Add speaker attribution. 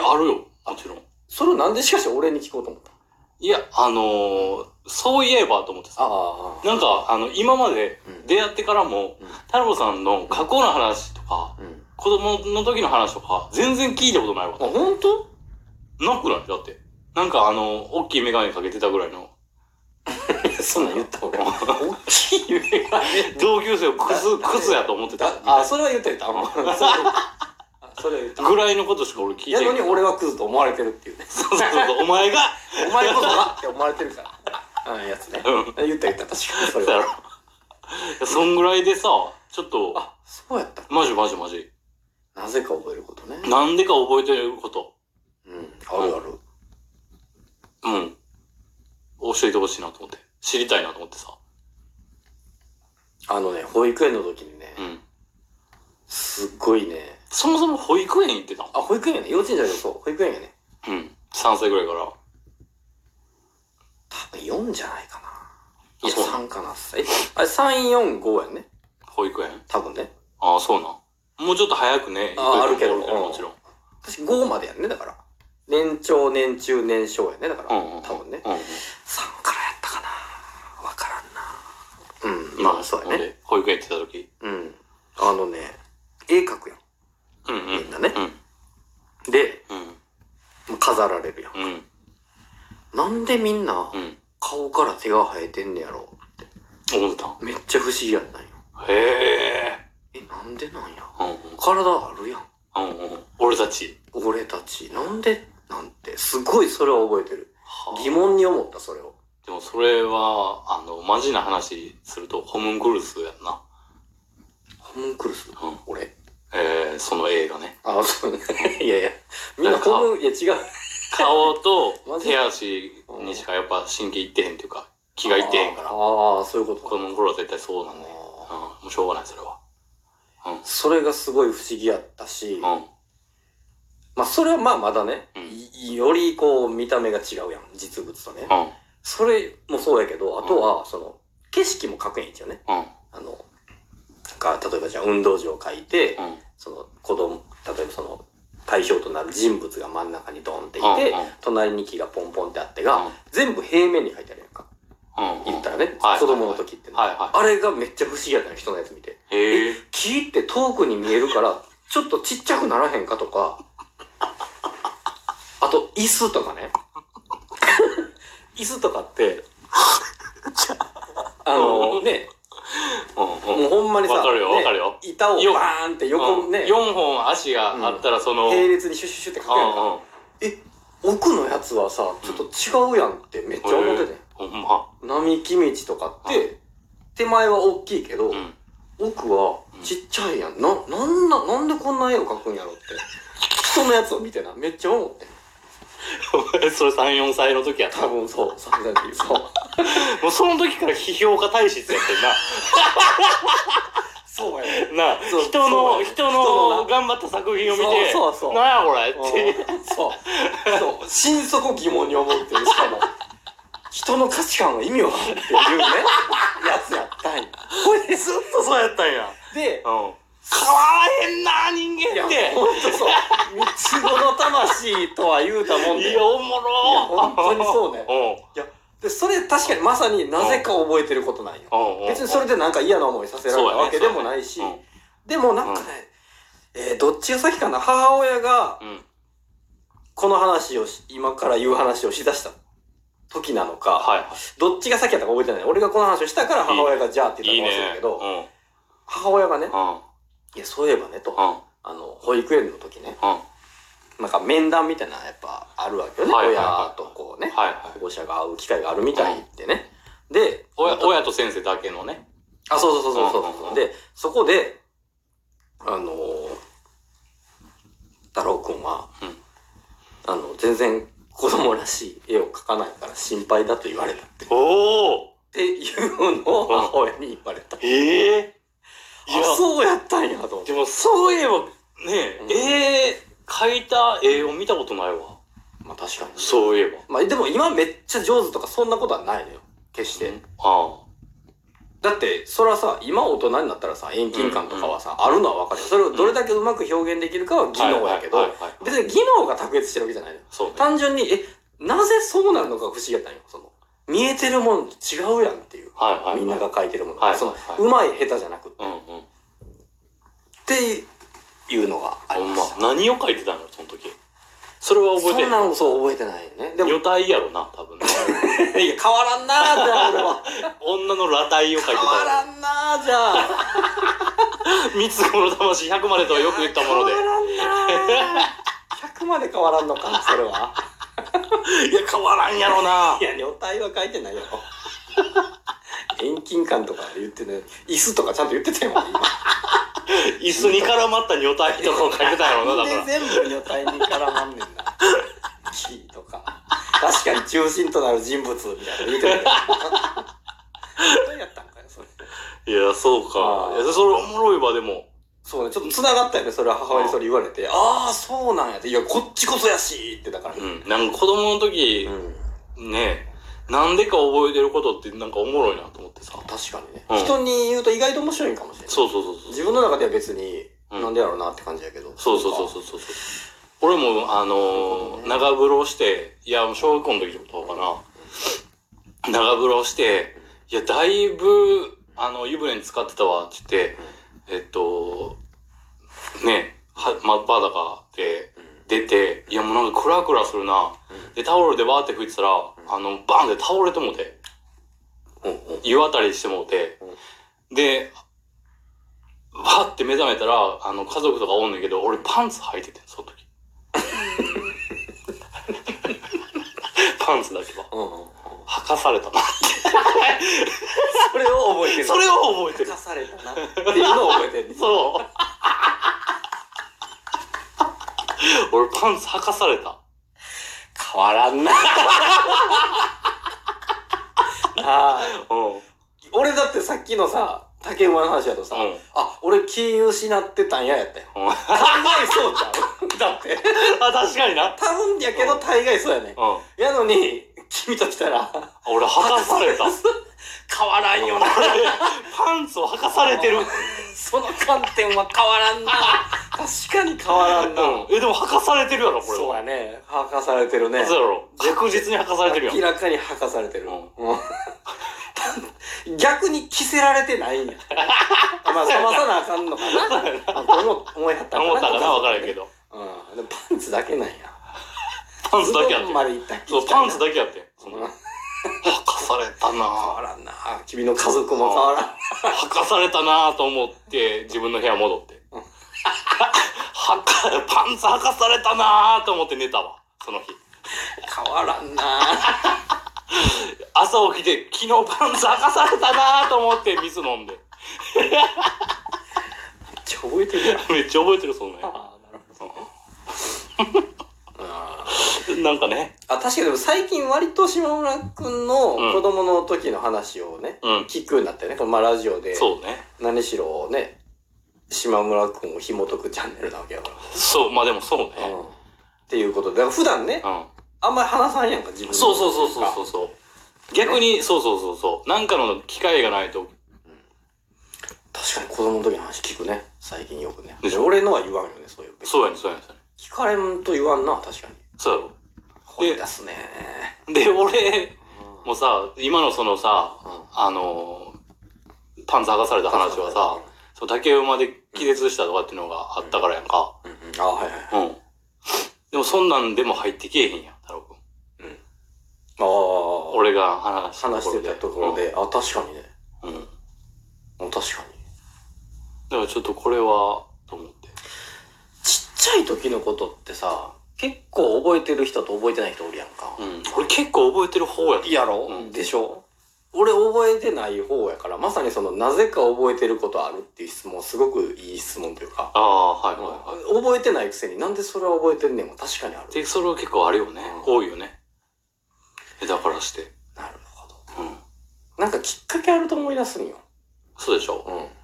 Speaker 1: あるよ。もちろん。
Speaker 2: それをなんでしかし俺に聞こうと思った
Speaker 1: いや、あのーそういえばと思ってさ。
Speaker 2: あ
Speaker 1: なんか、あの、今まで
Speaker 2: うん
Speaker 1: 出会ってからも
Speaker 2: うん、
Speaker 1: 太郎さんの過去の話とか、
Speaker 2: うん。
Speaker 1: 子供の時の話とか、全然聞いたことないわ
Speaker 2: あ、。本当
Speaker 1: なくないだって。なんかあの、大きいメガネかけてたぐらいの、
Speaker 2: そんなん言った俺。 大きい夢が。
Speaker 1: 同級生をクズ、クズやと思ってた。
Speaker 2: あ、あそれは言った言った。あそれ あそれは言った。
Speaker 1: ぐらいのことしか俺聞い
Speaker 2: い
Speaker 1: て
Speaker 2: や
Speaker 1: ない
Speaker 2: の。に俺はクズと思われてるっていうね。
Speaker 1: そうそうそう、お前が、
Speaker 2: お前こそがって思われてる から。うん、やつね。
Speaker 1: うん、
Speaker 2: 言った言った。確かにそれ
Speaker 1: だ
Speaker 2: は。
Speaker 1: ろ。いやそんぐらいでさ、ちょっと、
Speaker 2: あ、そうやった。
Speaker 1: マジマジマジ。
Speaker 2: なぜか覚えることね。
Speaker 1: なんでか覚えてること。
Speaker 2: うん。あるある。
Speaker 1: うん。教えてほしいなと思って。知りたいなと思ってさ。
Speaker 2: あのね、保育園の時にね
Speaker 1: う、ん。
Speaker 2: すっごいね。
Speaker 1: そもそも保育園行ってた
Speaker 2: あ、保育園やね。幼稚園じゃないそう。保育園やね。
Speaker 1: うん。3歳ぐらいから。
Speaker 2: 多分4じゃないかな。いや、
Speaker 1: そう
Speaker 2: 3かな。え、あれ3、4、5やね。
Speaker 1: 保育園
Speaker 2: 多分ね。
Speaker 1: ああ、そうなん。もうちょっと早くね。
Speaker 2: あー
Speaker 1: 行く人も
Speaker 2: あるけど
Speaker 1: もちろん。
Speaker 2: 私5までやんね、だから。年長、年中、年少やね、だから。
Speaker 1: うんうん
Speaker 2: 多分ね。
Speaker 1: う
Speaker 2: 3か
Speaker 1: ん、
Speaker 2: らやったかな。わからんな。うん、
Speaker 1: ま
Speaker 2: ま
Speaker 1: あ、
Speaker 2: あ、
Speaker 1: そ
Speaker 2: そうう
Speaker 1: や
Speaker 2: や
Speaker 1: ね。
Speaker 2: ね。
Speaker 1: で保育園行ってた時。
Speaker 2: うん。あのね、絵描くやん。
Speaker 1: うんうん。
Speaker 2: みんなね
Speaker 1: うん。
Speaker 2: で、
Speaker 1: うん。
Speaker 2: もう飾られるやん。
Speaker 1: うん。
Speaker 2: なんでみんな
Speaker 1: うん。
Speaker 2: 顔から手が生えてんねやろ
Speaker 1: 思ってた。
Speaker 2: めっちゃ不思議やったんよ。
Speaker 1: へえ。
Speaker 2: え、なんでなんや
Speaker 1: うん
Speaker 2: 体あるやん。
Speaker 1: うん。うんうん。俺たち。
Speaker 2: 俺たち。なんでなんて、すごいそれは覚えてる。
Speaker 1: は
Speaker 2: 疑問に思った、それを。
Speaker 1: でもそれは、あの、マジな話すると、ホムンクルスやんな。
Speaker 2: ホムンクルス、
Speaker 1: うん
Speaker 2: 俺。
Speaker 1: えー、その映画ね。
Speaker 2: あ、そうね。 いやいや。みんなホムン、いや違う。
Speaker 1: 顔と
Speaker 2: マジ
Speaker 1: 手足にしかやっぱ神経いってへんっていうか、気がいってへんから。
Speaker 2: あーあー、そういうことか。
Speaker 1: 子供の頃は絶対そうなんだよ。うん。
Speaker 2: あー
Speaker 1: もうしょうがない、それは。
Speaker 2: それがすごい不思議やったし、
Speaker 1: うん。
Speaker 2: まあそれはまあまだね、
Speaker 1: うん
Speaker 2: いよりこう見た目が違うやん、実物とね。
Speaker 1: うん。
Speaker 2: それもそうやけど、あとはその、景色も描くやん一応ね。
Speaker 1: うん。
Speaker 2: あの、なんか、例えばじゃあ運動場を描いて、
Speaker 1: うん。
Speaker 2: その子供、例えばその、対象となる人物が真ん中にドンっていて、
Speaker 1: うんうん
Speaker 2: 隣に木がポンポンってあって
Speaker 1: うん
Speaker 2: が、。全部平面に描いてあるやんか。
Speaker 1: うん。
Speaker 2: 言ったらね、
Speaker 1: はい
Speaker 2: 子供の時ってのは、
Speaker 1: はいは
Speaker 2: あれがめっちゃ不思議やったよ、人のやつ見て。
Speaker 1: い。へえ。
Speaker 2: 木って遠くに見えるから、ちょっとちっちゃくならへんかとか、あと、椅子と かね。椅子とかって、あのね、
Speaker 1: うんうん。
Speaker 2: もうほんまにさ、
Speaker 1: わかるよ
Speaker 2: ね
Speaker 1: わかるよ
Speaker 2: 板を
Speaker 1: よ
Speaker 2: バーンって横ね、
Speaker 1: 4本足があったらその、
Speaker 2: 並列にシュシュシュって書くやんか。え、奥のやつはさ、ちょっと違うやんってめっちゃ思ってて。
Speaker 1: うんうん。ほんま。
Speaker 2: 並木道とかっ
Speaker 1: う
Speaker 2: て、手前は大きいけど、
Speaker 1: うん。
Speaker 2: 奥はちっちゃいやん。な、なんな、なんでこんな絵を描くんやろって。人のやつを見てな、めっちゃ思って。
Speaker 1: お前それ3、4歳の時やった。
Speaker 2: 多
Speaker 1: も
Speaker 2: 分そう、さすがに。そう。
Speaker 1: うその時から批評家体質やっ
Speaker 2: そうやね。
Speaker 1: てんな。なあ
Speaker 2: そう
Speaker 1: 人
Speaker 2: そう
Speaker 1: の、
Speaker 2: やね
Speaker 1: 人
Speaker 2: 人
Speaker 1: の
Speaker 2: の
Speaker 1: 頑張った作品を見て、
Speaker 2: そうそうそう
Speaker 1: なんやこれ
Speaker 2: うん
Speaker 1: って。
Speaker 2: そう。そう。心底疑問に思ってる。しかも、人の価値観は意味をあるっていうね、やつやったんや。これずっとそうやったんや。で
Speaker 1: うん。、変わらへんな、人
Speaker 2: い
Speaker 1: 間
Speaker 2: や、
Speaker 1: って。
Speaker 2: ほんとそう。三つ子の魂とは言うたもん
Speaker 1: い
Speaker 2: で。
Speaker 1: や、おもろ
Speaker 2: いや本当にそうねい
Speaker 1: う
Speaker 2: や、で、それ確かにまさになぜか覚えてることなんよ。
Speaker 1: ん。うん。うん
Speaker 2: 別にそれでなんか嫌な思いさせられたわけでもないし、
Speaker 1: そうやね
Speaker 2: でもなんかね、えーどっちが先かな母親が
Speaker 1: うん。
Speaker 2: この話をし今から言う話をしだした時なのか、
Speaker 1: はいは
Speaker 2: どっちが先やったか覚えてない俺がこの話をしたから母親がじゃあって
Speaker 1: い。いい
Speaker 2: 言ったかもしれな
Speaker 1: ね
Speaker 2: い。け
Speaker 1: うん。
Speaker 2: ど母親がね
Speaker 1: うん。うん。
Speaker 2: 「いやそういえばね」と、あの保育園の時ね
Speaker 1: うん。
Speaker 2: なんか面談みたいなのやっぱあるわけよね、
Speaker 1: はいはいはい
Speaker 2: 親とこうね、
Speaker 1: はいはい
Speaker 2: 保。護者が会う機会があるみたいってね、で
Speaker 1: 親親と先生だけのね。
Speaker 2: あ、そうそうそうそう
Speaker 1: うん
Speaker 2: そううんそう、
Speaker 1: うん
Speaker 2: で、そこで、あのー、太郎くんは、
Speaker 1: うん
Speaker 2: あの、全然子供らしい絵を描かないから心配だと言われたって。っ
Speaker 1: おお
Speaker 2: ていうのを
Speaker 1: うん
Speaker 2: 母親に言われた。
Speaker 1: ええいや
Speaker 2: あ、そうやったんやと思って
Speaker 1: で。もそういえばね、
Speaker 2: うん
Speaker 1: ええ描いた絵を見たことないわ。
Speaker 2: まあ確かに。
Speaker 1: そういえば。
Speaker 2: まあでも今めっちゃ上手とかそんなことはないのよ。決して。
Speaker 1: ああ。
Speaker 2: だって、それはさ、今大人になったらさ、遠近感とかはさ、あるのは分かるよ。それをどれだけうまく表現できるかは技能やけ
Speaker 1: はい
Speaker 2: ど
Speaker 1: はい、はいはい
Speaker 2: 別に技能が卓越してるわけじゃないのよ。
Speaker 1: そうね。
Speaker 2: 単純に、え、なぜそうなるのか不思議やったんよ。その、見えてるもん違うやんっていう。
Speaker 1: はいはいはい。
Speaker 2: みんなが書いてるもの。
Speaker 1: はい
Speaker 2: その、
Speaker 1: はいう
Speaker 2: まい下手じゃなくっ
Speaker 1: うんうん。
Speaker 2: ていうのがあり
Speaker 1: ほん
Speaker 2: ま
Speaker 1: ま
Speaker 2: した。。
Speaker 1: 何を書いてたのその時。それは覚えて
Speaker 2: そ
Speaker 1: へ
Speaker 2: ん
Speaker 1: ん
Speaker 2: なのそう覚えてないよね。でも、い
Speaker 1: 女体やろな、多分。
Speaker 2: や変わらんなーじゃあ俺は。
Speaker 1: 女の裸体を書いて
Speaker 2: 変わら
Speaker 1: た。
Speaker 2: んなーじゃあ。
Speaker 1: 三つ子の魂100までとはよく言ったもので。
Speaker 2: 変わらんな100まで変わらんのかそれ はい
Speaker 1: や、変わらんやろな。
Speaker 2: いや女体は書いてないよ 遠近感とか言ってね椅子とかちゃんと言ってたよ今
Speaker 1: 椅子に絡まった女体とかを書いてたやろな、だか
Speaker 2: で全
Speaker 1: ら。
Speaker 2: 部女体に絡まんねんなキーとか確かに中心となる人物みたいなの言うてるけど 本当にやったんかよそれ
Speaker 1: いや、そうか。
Speaker 2: あー
Speaker 1: いや、それおもろいわ、でも。
Speaker 2: そうねちょっと繋がったよねそれは母親にそれ言われてああそうなんやっていやこっちこそやしってだから
Speaker 1: う
Speaker 2: ね
Speaker 1: ん。なんか子供の時、
Speaker 2: うん
Speaker 1: ねなんでか覚えてることってなんかおもろいなと思ってさ。
Speaker 2: 確かにね、
Speaker 1: うん
Speaker 2: 人に言うと意外と面白いんかもしれない
Speaker 1: そうそうそうそう。
Speaker 2: 自分の中では別に、
Speaker 1: うん
Speaker 2: なんでやろうなって感じやけど。
Speaker 1: そうそうそうそうそうそう。俺も、あのー長風呂して、いや、もう小学校の時とかかな。長風呂して、いや、だいぶ、あの、湯船に浸かってたわ、って言って、えっと、ね、は、真っ裸で出て、いや、もうなんかクラクラするな。で、タオルでバーって拭いてたら、あの、バーンって倒れてもうて、
Speaker 2: うんうん
Speaker 1: 湯あたりしてもうて、で、わって目覚めたら、あの、家族とかおんねんけど、俺パンツ履いててん、その時。 パンツだけは。
Speaker 2: うんうん。
Speaker 1: 履かされたな。
Speaker 2: それを覚えてる。
Speaker 1: それを覚えて
Speaker 2: 生
Speaker 1: る
Speaker 2: か。されたなっていうのを覚えてる。
Speaker 1: そう。俺パンツ履かされた。
Speaker 2: 変わらんな。 あ
Speaker 1: うん。うん。
Speaker 2: ー俺だってさっきのさ、竹馬の話やとさ、
Speaker 1: うん
Speaker 2: あ、俺気失ってたんやや ったよ。
Speaker 1: あ、
Speaker 2: 大概そうちゃうだって。
Speaker 1: 確かにな。
Speaker 2: 多分やけど大概そうやね。
Speaker 1: うん。
Speaker 2: やのに、君としたら、
Speaker 1: 俺履かされた。
Speaker 2: 変わらんよな。
Speaker 1: パンツを履かされてる。うん。
Speaker 2: その観点は変わら んな。確かに変わらんな。
Speaker 1: え、でも履かされてるやろ、これ。
Speaker 2: そうやね。吐かされてるね。
Speaker 1: そうやろ。確実に履かされてるやん
Speaker 2: 明。らかに吐かされてる。
Speaker 1: う
Speaker 2: うん 逆に着せられてないん や。まあ、冷まさなあかんのかな。あと思う思いはったん
Speaker 1: 思ったかな、わからん
Speaker 2: ん
Speaker 1: け。ど。
Speaker 2: うん。でもパンツだけなんや。
Speaker 1: パンツだけやっ
Speaker 2: ズ
Speaker 1: て
Speaker 2: ボンまで行ったっ
Speaker 1: そう、パンツ
Speaker 2: け。
Speaker 1: だけやって。そ
Speaker 2: うん
Speaker 1: の吐かされた
Speaker 2: 変
Speaker 1: なぁ
Speaker 2: わらんな。君の家族も変わらん。
Speaker 1: 吐かされたなぁと思って、自分の部屋戻って。
Speaker 2: うん
Speaker 1: はか、パンツ履かされたなぁと思って寝たわ。その日。
Speaker 2: 変わらんな。
Speaker 1: 朝起きて、昨日パンツ履かされたなぁと思って水飲んで。
Speaker 2: めっちゃ覚えてるやん。
Speaker 1: めっちゃ覚えてる、その
Speaker 2: ああ、なるほど。うん
Speaker 1: 辺。なんかね。
Speaker 2: あ確かにでも最近割と島村くんの子供の時の話をね、
Speaker 1: うん。
Speaker 2: 聞くようになってね、このまあラジオで、
Speaker 1: そうね。
Speaker 2: 何しろね、島村くんを紐解くチャンネルなわけやか
Speaker 1: そう、まあでもそう
Speaker 2: ら。
Speaker 1: ね。
Speaker 2: うんっていうことで、だから普段ね
Speaker 1: う、ん。
Speaker 2: あんまり話さんやんか、自分の
Speaker 1: そうそうそうそうそうそう。逆に、そうそうそうそう。なんかの機会がないと。
Speaker 2: 確かに子供の時の話聞くね、最近よくね。
Speaker 1: でしょ
Speaker 2: 俺のは言わんよね、そういう。
Speaker 1: そうやね、そうやね。そうやね
Speaker 2: 聞かれんと言わんな、確かに。
Speaker 1: そうやろ。
Speaker 2: 掘り出すね。
Speaker 1: で、俺
Speaker 2: うん
Speaker 1: もさ、今のそのさ、あのーパンツ剥がされた話はさ、そう竹馬で気絶したとかっていうのがあったからやんか。
Speaker 2: うんうん、あ、はいはいはい。
Speaker 1: うん。でもそんなんでも入ってけえへんやん、太郎くん。
Speaker 2: ああ、
Speaker 1: 俺が話したところ
Speaker 2: 話してたところ。で、あ、確かにね。
Speaker 1: うん。うん
Speaker 2: うん確かに。
Speaker 1: だからちょっとこれは、と思って。
Speaker 2: ちっちゃい時のことってさ、結構覚えてる人と覚えてない人おるやんか。
Speaker 1: うん。俺結構覚えてる方やった。
Speaker 2: やろ、
Speaker 1: うん
Speaker 2: でしょ俺覚えてない方やから、まさにその、なぜか覚えてることあるっていう質問、すごくいい質問というか、
Speaker 1: ああ、はいはいは
Speaker 2: 覚えてないくせになんでそれは覚えてんねんも確かにあ
Speaker 1: い。
Speaker 2: る。
Speaker 1: で、それは結構あるよね。
Speaker 2: うん
Speaker 1: 多いよね。えだからして。
Speaker 2: なるほど。
Speaker 1: うん。
Speaker 2: なんかきっかけあると思い出すんよ。
Speaker 1: そうでしょ
Speaker 2: うん。